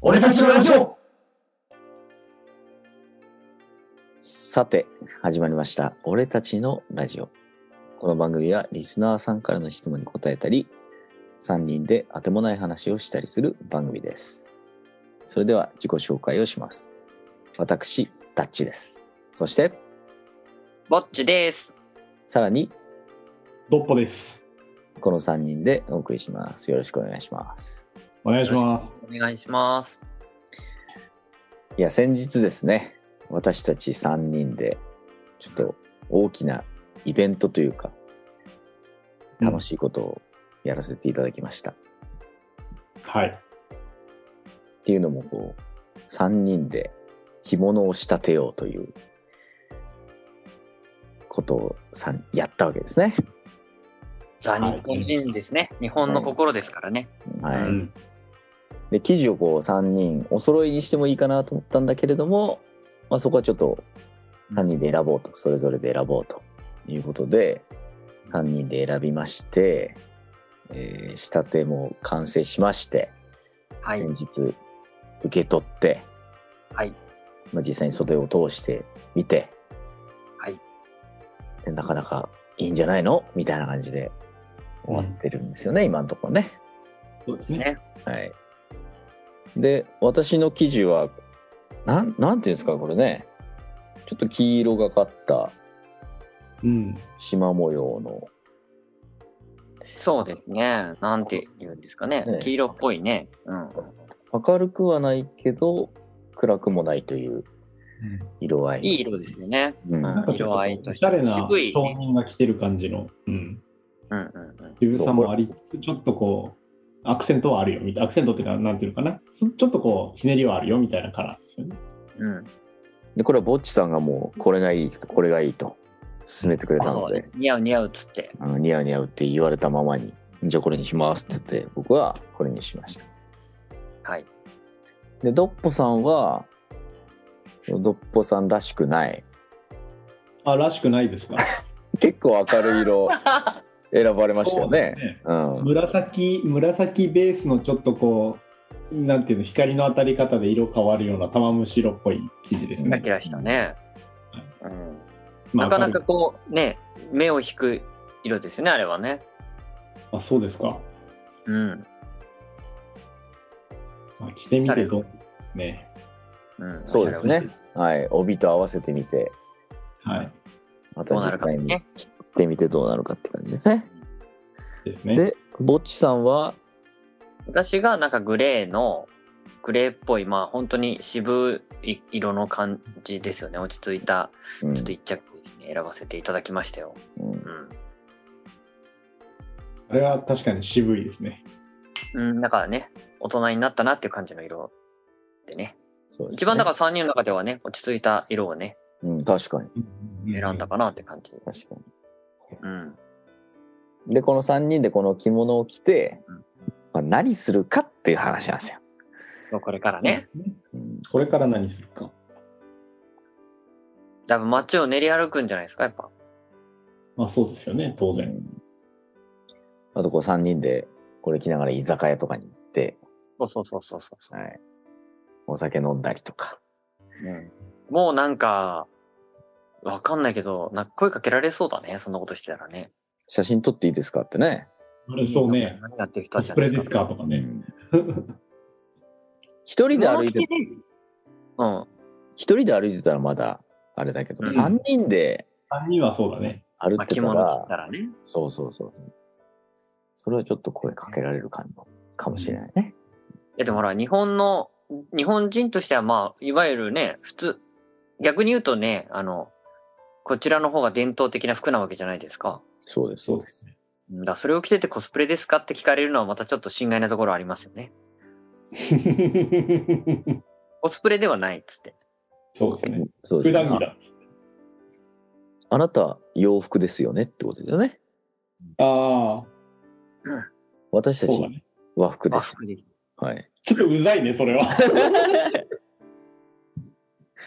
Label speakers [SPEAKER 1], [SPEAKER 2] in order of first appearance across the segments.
[SPEAKER 1] 俺たちのラジオ
[SPEAKER 2] さて、始まりました。俺たちのラジオ。この番組はリスナーさんからの質問に答えたり、3人であてもない話をしたりする番組です。それでは自己紹介をします。私、ダッチです。そして、
[SPEAKER 3] ぼっちです。
[SPEAKER 2] さらに
[SPEAKER 1] ドッポです。
[SPEAKER 2] この3人でお送りします。よろしくお願いします。
[SPEAKER 1] お願いします。
[SPEAKER 3] お願いします。
[SPEAKER 2] いや、先日ですね、私たち3人で、ちょっと大きなイベントというか、楽しいことをやらせていただきました。
[SPEAKER 1] はい。
[SPEAKER 2] っていうのもこう3人で着物を仕立てようということをさんやったわけですね。
[SPEAKER 3] ザ・
[SPEAKER 1] はい
[SPEAKER 3] 日本人ですね。日本の心ですからね。
[SPEAKER 2] はい
[SPEAKER 1] うん
[SPEAKER 2] で生地をこう3人お揃いにしてもいいかなと思ったんだけれども、まあ、そこはちょっと3人で選ぼうとそれぞれで選ぼうということで3人で選びまして、えー仕立ても完成しまして
[SPEAKER 3] はい
[SPEAKER 2] 先。日受け取って、
[SPEAKER 3] はい。
[SPEAKER 2] まあ、実際に袖を通してみて、
[SPEAKER 3] はい
[SPEAKER 2] でなかなかいいんじゃないのみたいな感じで終わってるんですよね、今のところね。
[SPEAKER 1] そうですね。
[SPEAKER 3] ね。
[SPEAKER 2] はい、で私の生地はなんなんていうんですかこれねちょっと黄色がかった
[SPEAKER 1] うん。
[SPEAKER 2] 縞模様の
[SPEAKER 3] そうですね。なんて言うんですかね
[SPEAKER 2] ね。
[SPEAKER 3] 黄色っぽいね。うん。
[SPEAKER 2] 明るくはないけど暗くもないという色合い。
[SPEAKER 3] いい色ですよね。
[SPEAKER 2] うん
[SPEAKER 1] なんかちょ
[SPEAKER 3] 色合い
[SPEAKER 1] っと
[SPEAKER 3] と
[SPEAKER 1] お
[SPEAKER 3] し
[SPEAKER 1] してゃれな
[SPEAKER 3] 渋いね
[SPEAKER 1] 商人が着てる感じの、うん、
[SPEAKER 3] うんうんうん。
[SPEAKER 1] 渋さもありつつ、ちょっとこう、アクセントはあるよみたいな、アクセントっていうか、なんていうのかな、そちょっとこう、ひねりはあるよみたいなカラーですよね。
[SPEAKER 3] うん、
[SPEAKER 2] でこれはぼっちさんがもうこれがいいこれがいいと勧めてくれた
[SPEAKER 3] そ
[SPEAKER 2] の
[SPEAKER 3] う
[SPEAKER 2] で
[SPEAKER 3] ね。似合う似合うっつって。
[SPEAKER 2] あの似合う似合うって言われたままに、じゃあこれにしますって言って、僕はこれにしました。
[SPEAKER 3] はい。
[SPEAKER 2] で、ドッポさんは、ドッポさんらしくない、
[SPEAKER 1] あ、らしくないですか。
[SPEAKER 2] 結構明るい 色選ばれました
[SPEAKER 1] そ
[SPEAKER 2] よね。
[SPEAKER 1] うですね
[SPEAKER 2] うん。
[SPEAKER 1] 紫、紫ベースのちょっとこう、なんていうの、光の当たり方で色変わるような玉虫色っぽい生地です
[SPEAKER 3] キラ
[SPEAKER 1] ね
[SPEAKER 3] キ。ラしたね。うん。
[SPEAKER 1] ま
[SPEAKER 3] な
[SPEAKER 1] あ
[SPEAKER 3] かな
[SPEAKER 1] 明
[SPEAKER 3] か
[SPEAKER 1] る
[SPEAKER 3] こう、ね、目を引く色ですよね、あれはね。
[SPEAKER 1] いあ、そうですか。
[SPEAKER 3] うん。
[SPEAKER 1] まあ、着てみてどうですね。
[SPEAKER 3] うん。
[SPEAKER 2] そうですね。はい。帯と合わせてみて、
[SPEAKER 1] はい。
[SPEAKER 2] また
[SPEAKER 3] どうなる
[SPEAKER 2] 実
[SPEAKER 3] か
[SPEAKER 2] 際に
[SPEAKER 3] ね
[SPEAKER 2] 着。てみてどうなるかって感じですね。
[SPEAKER 1] ですね。
[SPEAKER 2] で、ぼっちさんは、
[SPEAKER 3] 私がなんかグレーのグレーっぽいまあ本当に渋い色の感じですよね落ち着いた
[SPEAKER 2] うん
[SPEAKER 3] ちょっと一着ですね選ばせていただきましたよ、
[SPEAKER 2] うん
[SPEAKER 3] うん
[SPEAKER 1] あれは確かに渋いですね。
[SPEAKER 3] うん、だからね大人になったなっていう感じの色でね
[SPEAKER 2] そうですね
[SPEAKER 3] 一番だから3人の中ではね落ち着いた色をね
[SPEAKER 2] うん、確かに。
[SPEAKER 3] 選んだかなって感じ、
[SPEAKER 2] 確かに。
[SPEAKER 3] うん、
[SPEAKER 2] で、この3人でこの着物を着て
[SPEAKER 3] うん、
[SPEAKER 2] まあ、何するかっていう話なんですよ。
[SPEAKER 3] そうこれからね。
[SPEAKER 2] うん
[SPEAKER 1] これから何するか。
[SPEAKER 3] だいぶ街を練り歩くんじゃないですかやっぱ
[SPEAKER 1] まあそうですよね、当然。
[SPEAKER 2] あとこう3人でこれ着ながら居酒屋とかに行って、
[SPEAKER 3] そうそうそうそうそうそう、
[SPEAKER 2] はい、お酒飲んだりとか。
[SPEAKER 3] うんもうなんかわかんないけどなんか声かけられそうだねそんなことしてたらね
[SPEAKER 2] 写真撮っていいですかってね。
[SPEAKER 1] そうね。
[SPEAKER 3] 何やってる人
[SPEAKER 1] コ
[SPEAKER 3] たち
[SPEAKER 1] ス
[SPEAKER 3] なん
[SPEAKER 1] プ
[SPEAKER 3] で
[SPEAKER 1] レ
[SPEAKER 3] す
[SPEAKER 1] で
[SPEAKER 3] か
[SPEAKER 1] すかとかね。
[SPEAKER 2] 一人で歩いて、
[SPEAKER 3] うん。
[SPEAKER 2] 一人で歩いてたらまだあれだけど、
[SPEAKER 3] うん
[SPEAKER 2] 3人で
[SPEAKER 1] 3人はそうだね。
[SPEAKER 2] 歩いて
[SPEAKER 3] 巻
[SPEAKER 2] た
[SPEAKER 3] 物着
[SPEAKER 2] ら、
[SPEAKER 3] たらね。
[SPEAKER 2] そうそうそう。それはちょっと声かけられる感じかもしれないね。
[SPEAKER 3] いやでもほら、日本の、日本人としてはまあ、いわゆるね、普通、逆に言うとね、あの、こちらの方が伝統的な服なわけじゃないですか。
[SPEAKER 2] そうです。
[SPEAKER 1] そうですね。
[SPEAKER 3] だからそれを着ててコスプレですかって聞かれるのはまたちょっと心外なところありますよね。コスプレではないっつって。
[SPEAKER 1] そうですね。
[SPEAKER 2] そうで
[SPEAKER 1] 普
[SPEAKER 2] す
[SPEAKER 1] 段着
[SPEAKER 2] あ
[SPEAKER 1] だ。
[SPEAKER 2] あなた洋服ですよねってことだよね。
[SPEAKER 1] ああ、
[SPEAKER 2] 私た
[SPEAKER 1] そうだ
[SPEAKER 2] ち
[SPEAKER 1] ね。
[SPEAKER 2] 和服で
[SPEAKER 3] あ
[SPEAKER 2] す。
[SPEAKER 3] 服で
[SPEAKER 2] はい。
[SPEAKER 1] ちょっとうざいね、それは。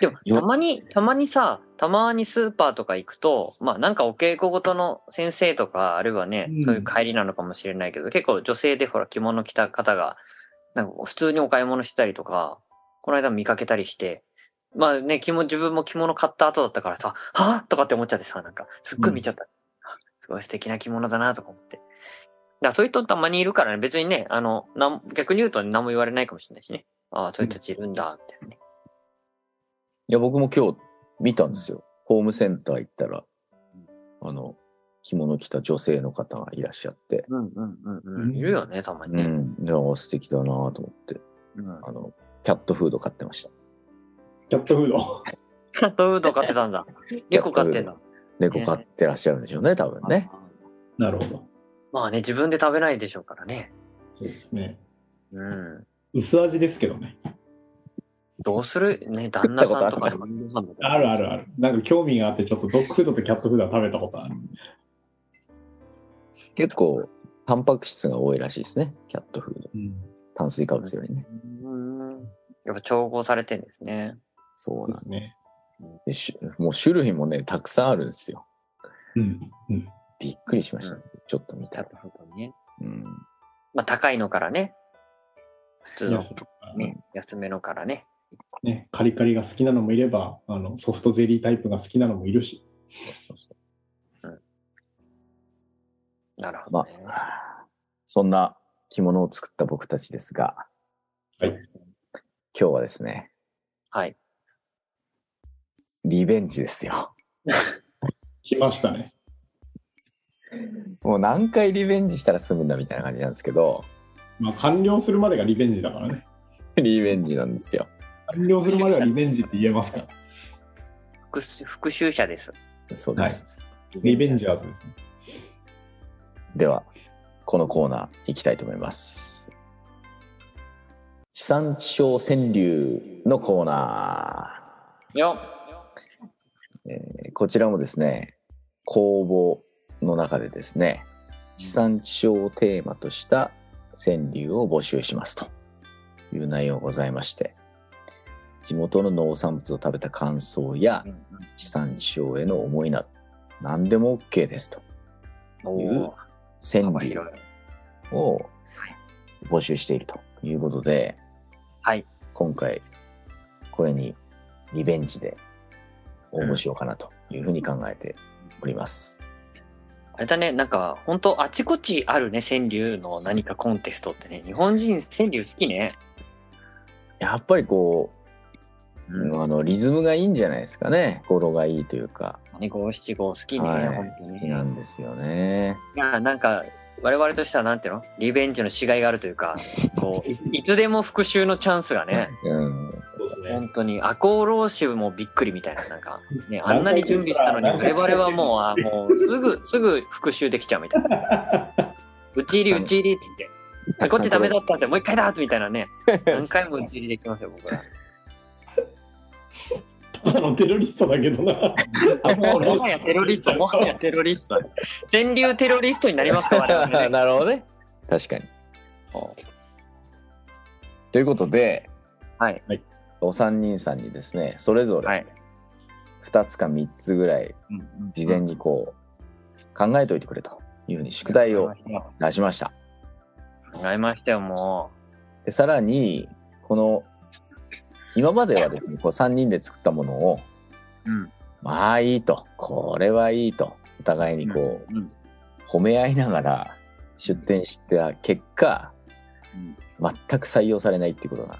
[SPEAKER 3] でも、たまに、たまにさ、たまにスーパーとか行くと、まあなんかお稽古ごとの先生とか、あるいはね
[SPEAKER 1] うん、
[SPEAKER 3] そういう帰りなのかもしれないけど、結構女性でほら着物着た方がなんか普通にお買い物したりとか、この間も見かけたりして、まあね、着物、自分も着物買った後だったからさ、はぁとかって思っちゃってさ、なんか、すっごい見ちゃった。あすごい素敵な着物だなとか思って。だからそういう人たまにいるからね、別にね、あの、なん逆に言うと何も言われないかもしれないしね。ああ、そういう人たちいるんだ、みたいなね。
[SPEAKER 2] いや、僕も今日見たんですよ。ホームセンター行ったら、あの、着物着た女性の方がいらっしゃって、
[SPEAKER 3] うんうんうんうん。いるよね、たまに
[SPEAKER 2] う
[SPEAKER 3] ね。
[SPEAKER 2] ん、であ素敵だなと思って、
[SPEAKER 3] うん。
[SPEAKER 2] あの、キャットフード買ってました。
[SPEAKER 1] キャットフード。
[SPEAKER 3] キャットフード買ってたんだ。猫飼ってんだ。
[SPEAKER 2] 猫飼ってらっしゃるんでしょうね、多分ね。
[SPEAKER 1] なるほど。
[SPEAKER 3] まあね、自分で食べないでしょうからね。
[SPEAKER 1] そうですね。
[SPEAKER 3] うん。
[SPEAKER 1] 薄味ですけどね。
[SPEAKER 3] どうするね、旦那さんとか
[SPEAKER 2] 食
[SPEAKER 3] と晩ご飯とか
[SPEAKER 1] あるあるある。なんか興味があって、ちょっとドッグフードとキャットフードは食べたことある。
[SPEAKER 2] 結構、タンパク質が多いらしいですね、キャットフード。
[SPEAKER 1] うん、
[SPEAKER 2] 炭水化物よりね。
[SPEAKER 3] うん。やっぱ調合されてんですね。
[SPEAKER 2] そう
[SPEAKER 1] で
[SPEAKER 2] なん
[SPEAKER 1] す
[SPEAKER 2] で
[SPEAKER 1] ね
[SPEAKER 2] す。。でしもう種類もね、たくさんあるんですよ。
[SPEAKER 1] うん。うん。
[SPEAKER 2] びっくりしました。
[SPEAKER 3] うん
[SPEAKER 2] ちょっと見たら
[SPEAKER 3] なる。ほどね。
[SPEAKER 2] うん。
[SPEAKER 3] まあ高いのからね。普通
[SPEAKER 1] いや
[SPEAKER 3] の
[SPEAKER 1] そっか
[SPEAKER 3] ね、安めのからね。
[SPEAKER 1] ね、カリカリが好きなのもいればあの、ソフトゼリータイプが好きなのもいるし、
[SPEAKER 2] そうそう
[SPEAKER 3] なるほど
[SPEAKER 2] ま
[SPEAKER 3] ね。
[SPEAKER 2] あ、そんな着物を作った僕たちですが、
[SPEAKER 1] はい
[SPEAKER 3] そうですね
[SPEAKER 2] 今日はですね、
[SPEAKER 3] はい。
[SPEAKER 2] リベンジですよ。
[SPEAKER 1] 来ましたね。
[SPEAKER 2] もう何回リベンジしたら済むんだみたいな感じなんですけど、
[SPEAKER 1] まあ、完了するまでがリベンジだからね。
[SPEAKER 2] リベンジなんですよ。
[SPEAKER 1] 完了するまではリベンジって言えますから。
[SPEAKER 3] 復讐復讐者です。
[SPEAKER 2] そうです。
[SPEAKER 1] リベンジャーズですね。
[SPEAKER 2] では、このコーナー行きたいと思います。地産地消川柳のコーナ
[SPEAKER 3] よ
[SPEAKER 2] ー。こちらもですね、公募の中でですね、地産地消をテーマとした川柳を募集しますという内容がございまして、地元の農産物を食べた感想や
[SPEAKER 3] うんうん
[SPEAKER 2] 地産地消への思いなど、何でも OK ですと。
[SPEAKER 3] おー
[SPEAKER 2] 川
[SPEAKER 3] 幅
[SPEAKER 2] 柳
[SPEAKER 3] 広い。
[SPEAKER 2] を募集しているということで、
[SPEAKER 3] はい
[SPEAKER 2] 今回、これにリベンジで応募しようかなというふうに考えております。
[SPEAKER 3] あれだね、なんか、本当あちこちあるね、川柳の何かコンテストってね、日本人川柳好きね。
[SPEAKER 2] やっぱりこう、
[SPEAKER 3] うん。
[SPEAKER 2] あのリズムがいいんじゃないですかね。語呂がいいというか、
[SPEAKER 3] 五七五好きね、
[SPEAKER 2] はい
[SPEAKER 3] 本当
[SPEAKER 2] 好
[SPEAKER 3] に
[SPEAKER 2] きなんですよね。
[SPEAKER 3] いや、なんか、我々としては、なんていうのリベンジのしがいがあるというか、こう、いいつでも復讐のチャンスがね、
[SPEAKER 2] うん、
[SPEAKER 1] そうですね。
[SPEAKER 3] 本当に、赤穂浪士もびっくりみたいな、なんか、ね、あんなに準備したのに、
[SPEAKER 1] なんか
[SPEAKER 3] 我々はもう、あもう、すぐ、すぐ復讐できちゃうみたいな。打ち入り、打ち入りって言って、こっちダメだったって、もう一回だみたいなね、何回も打ち入りできますよ、僕ら。
[SPEAKER 1] ただのテロリストだけど な。
[SPEAKER 3] もはやテロリスト、もはやテロリスト。全流テロリストになりますか、我々ね。
[SPEAKER 2] なるほどね。確かに。ということで、
[SPEAKER 3] はい
[SPEAKER 1] はい
[SPEAKER 2] お三人さんにですね、それぞ
[SPEAKER 3] は
[SPEAKER 2] れ
[SPEAKER 3] い。
[SPEAKER 2] 2つか3つぐらい事前にこう考えておいてくれというふうに宿題を出しました。
[SPEAKER 3] 考えましたよ、も
[SPEAKER 2] でさらにこの今まではですねこう3人で作ったものを
[SPEAKER 3] う。うん。
[SPEAKER 2] まあいいとこれはいいとお互いにこう
[SPEAKER 3] うん。
[SPEAKER 2] 褒め合いながら出展した結果
[SPEAKER 3] うん
[SPEAKER 2] 全く採用されないっていうことが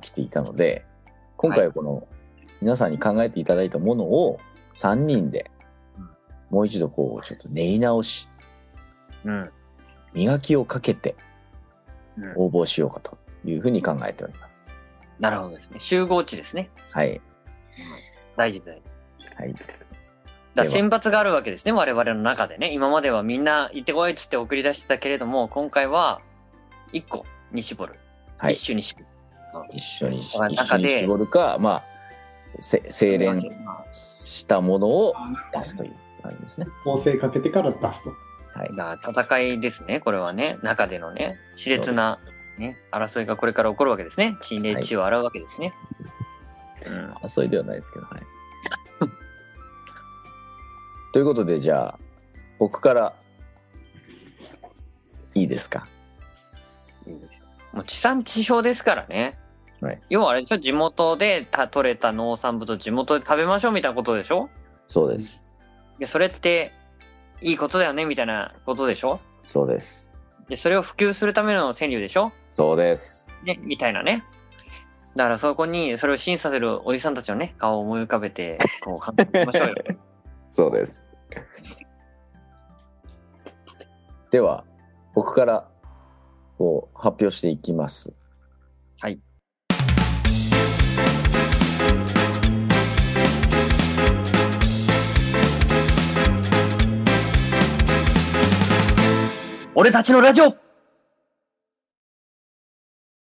[SPEAKER 2] 起きていたので今回はこの皆さんに考えていただいたものを3人で
[SPEAKER 3] うん
[SPEAKER 2] もう一度こうちょっと練り直し
[SPEAKER 3] うん。
[SPEAKER 2] 磨きをかけて
[SPEAKER 3] うん
[SPEAKER 2] 応募しようかというふうに考えております。
[SPEAKER 3] なるほどですね。集合値ですね。
[SPEAKER 2] はい。
[SPEAKER 3] 大事です。
[SPEAKER 2] はい。
[SPEAKER 3] だ
[SPEAKER 2] で
[SPEAKER 3] から
[SPEAKER 2] は
[SPEAKER 3] 選抜があるわけですね、我々の中でね。今まではみんな行ってこいっつって送り出してたけれども、今回は1個に絞る。
[SPEAKER 2] はい。
[SPEAKER 3] 一種に絞る。
[SPEAKER 2] 一緒に、
[SPEAKER 3] この
[SPEAKER 2] 一緒
[SPEAKER 3] 中で
[SPEAKER 2] に絞るか、まあ、せ精錬したものを出すという感じですね。
[SPEAKER 1] 構成かけてから出すと。
[SPEAKER 2] はい。
[SPEAKER 3] だから戦いですね、これはね。中でのね、熾烈な、ね、争いがこれから起こるわけですね。血で血を洗うわけですね。うん
[SPEAKER 2] 争いではないですけど、はい。 ということで、じゃあ、僕から、いいですか。
[SPEAKER 3] いいですもう地産地消ですからね。
[SPEAKER 2] はい
[SPEAKER 3] 要はあれでしょ地元でた取れた農産物を地元で食べましょうみたいなことでしょ
[SPEAKER 2] そうです。
[SPEAKER 3] いやそれっていいことだよねみたいなことでしょ
[SPEAKER 2] そうです。
[SPEAKER 3] でそれを普及するための川柳でしょ
[SPEAKER 2] そうです。
[SPEAKER 3] ね、みたいなね。だからそこにそれを審査するおじさんたちのね、顔を思い浮かべて、 こう考えていきましょうよ。
[SPEAKER 2] そうです。では、僕からこう発表していきます。
[SPEAKER 3] はい。俺たちのラジオ